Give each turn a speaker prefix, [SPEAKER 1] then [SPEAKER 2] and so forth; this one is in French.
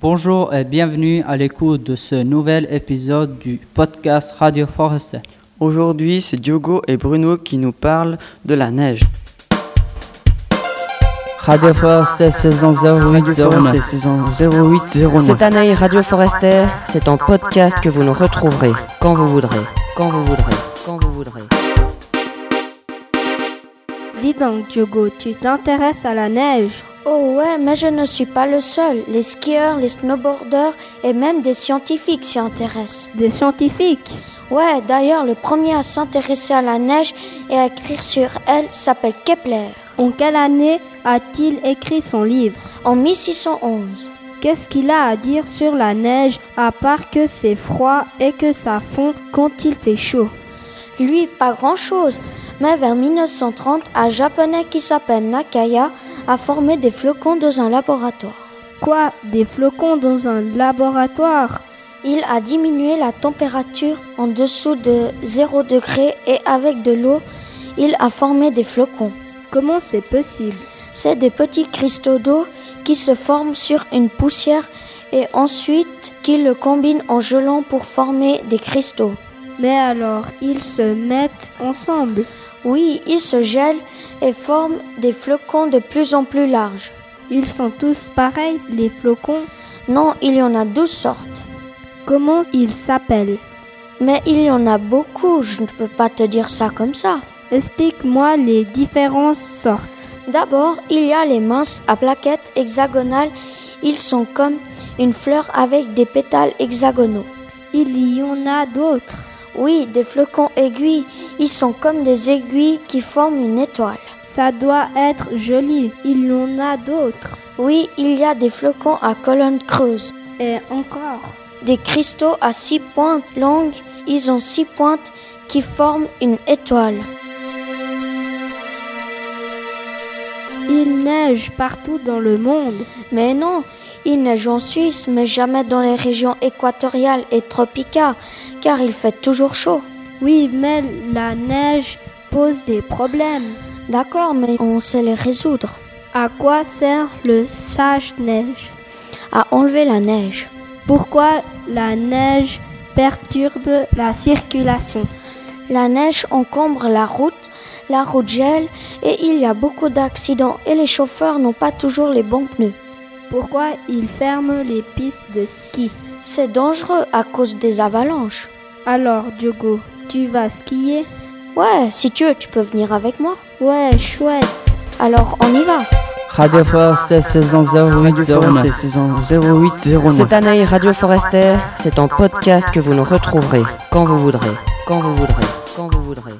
[SPEAKER 1] Bonjour et bienvenue à l'écoute de ce nouvel épisode du podcast Radio Forestier.
[SPEAKER 2] Aujourd'hui, c'est Diogo et Bruno qui nous parlent de la neige.
[SPEAKER 1] Radio Forestier saison
[SPEAKER 2] Forestier,
[SPEAKER 1] 0809.
[SPEAKER 2] saison 0809.
[SPEAKER 3] Cette année, Radio Forester, c'est en podcast que vous nous retrouverez quand vous voudrez, quand vous voudrez, quand vous voudrez.
[SPEAKER 4] Dis donc, Diogo, tu t'intéresses à la neige
[SPEAKER 5] Oh ouais, mais je ne suis pas le seul. Les skieurs, les snowboarders et même des scientifiques s'y intéressent.
[SPEAKER 4] Des scientifiques
[SPEAKER 5] Ouais, d'ailleurs, le premier à s'intéresser à la neige et à écrire sur elle s'appelle Kepler,
[SPEAKER 4] En quelle année a-t-il écrit son livre
[SPEAKER 5] en 1611.
[SPEAKER 4] Qu'est-ce qu'il a à dire sur la neige à part que c'est froid et que ça fond quand il fait chaud
[SPEAKER 5] Lui, pas grand-chose, mais vers 1930, un japonais qui s'appelle Nakaya a formé des flocons dans un laboratoire.
[SPEAKER 4] Quoi Des flocons dans un laboratoire
[SPEAKER 5] Il a diminué la température en dessous de 0 degré et avec de l'eau, il a formé des flocons.
[SPEAKER 4] Comment c'est possible
[SPEAKER 5] C'est des petits cristaux d'eau qui se forment sur une poussière et ensuite qui le combinent en gelant pour former des cristaux.
[SPEAKER 4] Mais alors, ils se mettent ensemble.
[SPEAKER 5] Oui, ils se gèlent et forment des flocons de plus en plus larges.
[SPEAKER 4] Ils sont tous pareils, les flocons.
[SPEAKER 5] Non, il y en a douze sortes.
[SPEAKER 4] Comment ils s'appellent
[SPEAKER 5] Mais il y en a beaucoup, je ne peux pas te dire ça comme ça.
[SPEAKER 4] Explique-moi les différentes sortes.
[SPEAKER 5] D'abord, il y a les minces à plaquettes hexagonales. Ils sont comme une fleur avec des pétales hexagonaux.
[SPEAKER 4] Il y en a d'autres.
[SPEAKER 5] Oui, des flocons aiguilles. Ils sont comme des aiguilles qui forment une étoile.
[SPEAKER 4] Ça doit être joli. Il y en a d'autres.
[SPEAKER 5] Oui, il y a des flocons à colonnes creuses,
[SPEAKER 4] Et encore.
[SPEAKER 5] des cristaux à six pointes longues, ils ont six pointes qui forment une étoile.
[SPEAKER 4] Il neige partout dans le monde.
[SPEAKER 5] Mais non, il neige en Suisse, mais jamais dans les régions équatoriales et tropicales, car il fait toujours chaud.
[SPEAKER 4] Oui, mais la neige pose des problèmes.
[SPEAKER 5] D'accord, mais on sait les résoudre.
[SPEAKER 4] À quoi sert le sage-neige
[SPEAKER 5] À enlever la neige.
[SPEAKER 4] Pourquoi la neige perturbe la circulation
[SPEAKER 5] La neige encombre la route, la route gèle et il y a beaucoup d'accidents et les chauffeurs n'ont pas toujours les bons pneus.
[SPEAKER 4] Pourquoi il ferme les pistes de ski
[SPEAKER 5] C'est dangereux à cause des avalanches.
[SPEAKER 4] Alors, Diogo, tu vas skier
[SPEAKER 5] Ouais, si tu veux, tu peux venir avec moi.
[SPEAKER 4] Ouais, chouette.
[SPEAKER 5] Alors on y va.
[SPEAKER 1] Radio Forestier saison
[SPEAKER 2] Radio Forestier,
[SPEAKER 1] 0809.
[SPEAKER 2] saison 0809.
[SPEAKER 3] Cette année, Radio Forester, c'est en podcast que vous nous retrouverez quand vous voudrez, quand vous voudrez, quand vous voudrez.